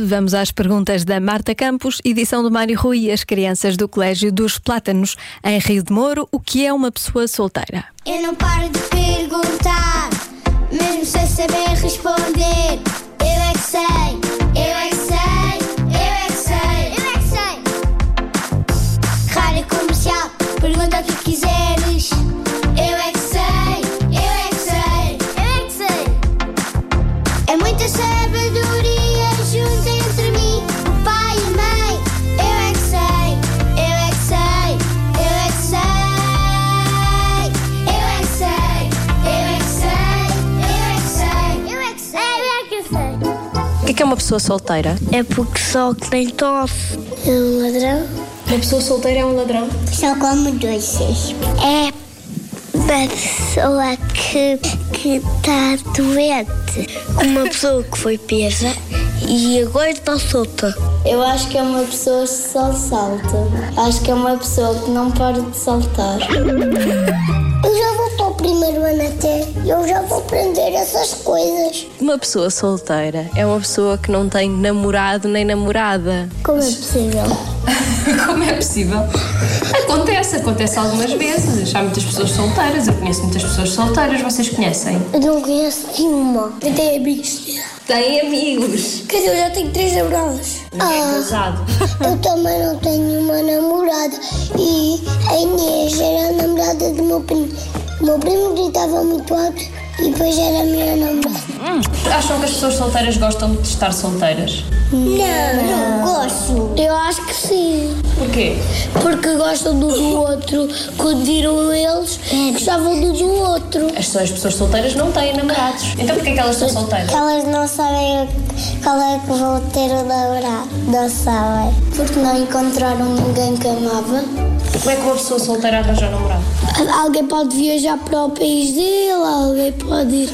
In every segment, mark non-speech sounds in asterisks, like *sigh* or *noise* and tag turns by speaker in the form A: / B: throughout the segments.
A: Vamos às perguntas da Marta Campos, edição do Mário Rui e as crianças do Colégio dos Plátanos, em Rio de Moro. O que é uma pessoa solteira?
B: Eu não paro de perguntar, mesmo sem saber responder. Eu é que sei, eu é que sei, eu é que sei, eu é que sei. Rádio comercial, pergunta o que quiseres. Eu é que sei, eu é que sei, eu é que sei. É muita sabedoria junto entre mim, o pai e a mãe. Eu é que sei, eu é que sei, eu é que sei. Eu é que sei, eu é que sei, eu é que sei. Eu é que sei, eu é que
A: O que é, que é uma pessoa solteira?
B: sei. É porque só que tem tosse. É um ladrão?
A: Uma pessoa solteira é um ladrão.
B: Só como doces. É uma pessoa que está doente. Uma pessoa que foi presa e agora está solta. Eu acho que é uma pessoa que só salta. Acho que é uma pessoa que não para de saltar. Eu já vou para o primeiro ano até. Eu já vou aprender essas coisas.
A: Uma pessoa solteira é uma pessoa que não tem namorado nem namorada.
B: Como é possível?
C: Como é possível? Acontece, acontece algumas vezes. Há muitas pessoas solteiras, eu conheço muitas pessoas solteiras, vocês conhecem?
B: Eu não conheço nenhuma. Eu tenho amigos.
C: Têm amigos.
B: Quer dizer, eu já tenho três namoradas. Ah,
C: Ninguém é casado.
B: Eu também não tenho uma namorada e a Inês era a namorada do meu primo. O meu primo gritava muito alto e depois era a minha namorada.
C: Hum. Acham que as pessoas solteiras gostam de estar solteiras?
B: Não, não gosto. Eu acho que sim.
C: Porquê?
B: Porque gostam do, do outro. Quando viram eles, gostavam do, do outro.
C: As, as pessoas solteiras não têm namorados. Então porquê é que elas estão solteiras?
B: Elas não sabem qual é que vão ter o namorado. Não sabem. Porque não encontraram ninguém que amava.
C: Como é que uma pessoa solteira arranja um namorado?
B: Alguém pode viajar para o país dele, alguém pode ir,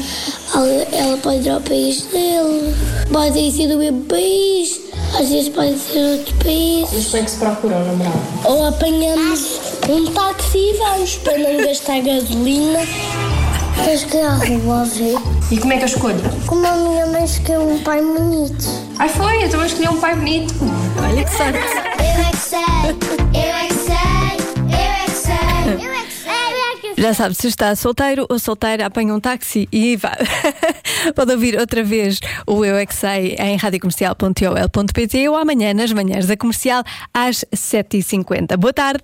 B: al- ela pode ir ao país dele, podem ser do mesmo país, às vezes podem ser de outro país.
C: Mas como é que se procura um namorado?
B: Ou apanhamos um táxi e vamos para não gastar gasolina. Tens que revolver.
C: E como é que eu escolho?
B: Como a minha mãe escolheu um pai bonito.
C: Ai foi, então eu escolhi um pai bonito.
A: Olha que sorte.
B: Eu é que sei, eu é que sei, eu é que sei, eu é que sei, eu é que sei.
A: Já sabe, se está solteiro ou solteira, apanha um táxi e vá. *laughs* Pode ouvir outra vez o Eu é que Sei em radiocomercial.ol.pt ou amanhã nas manhãs da comercial às 7h50. Boa tarde.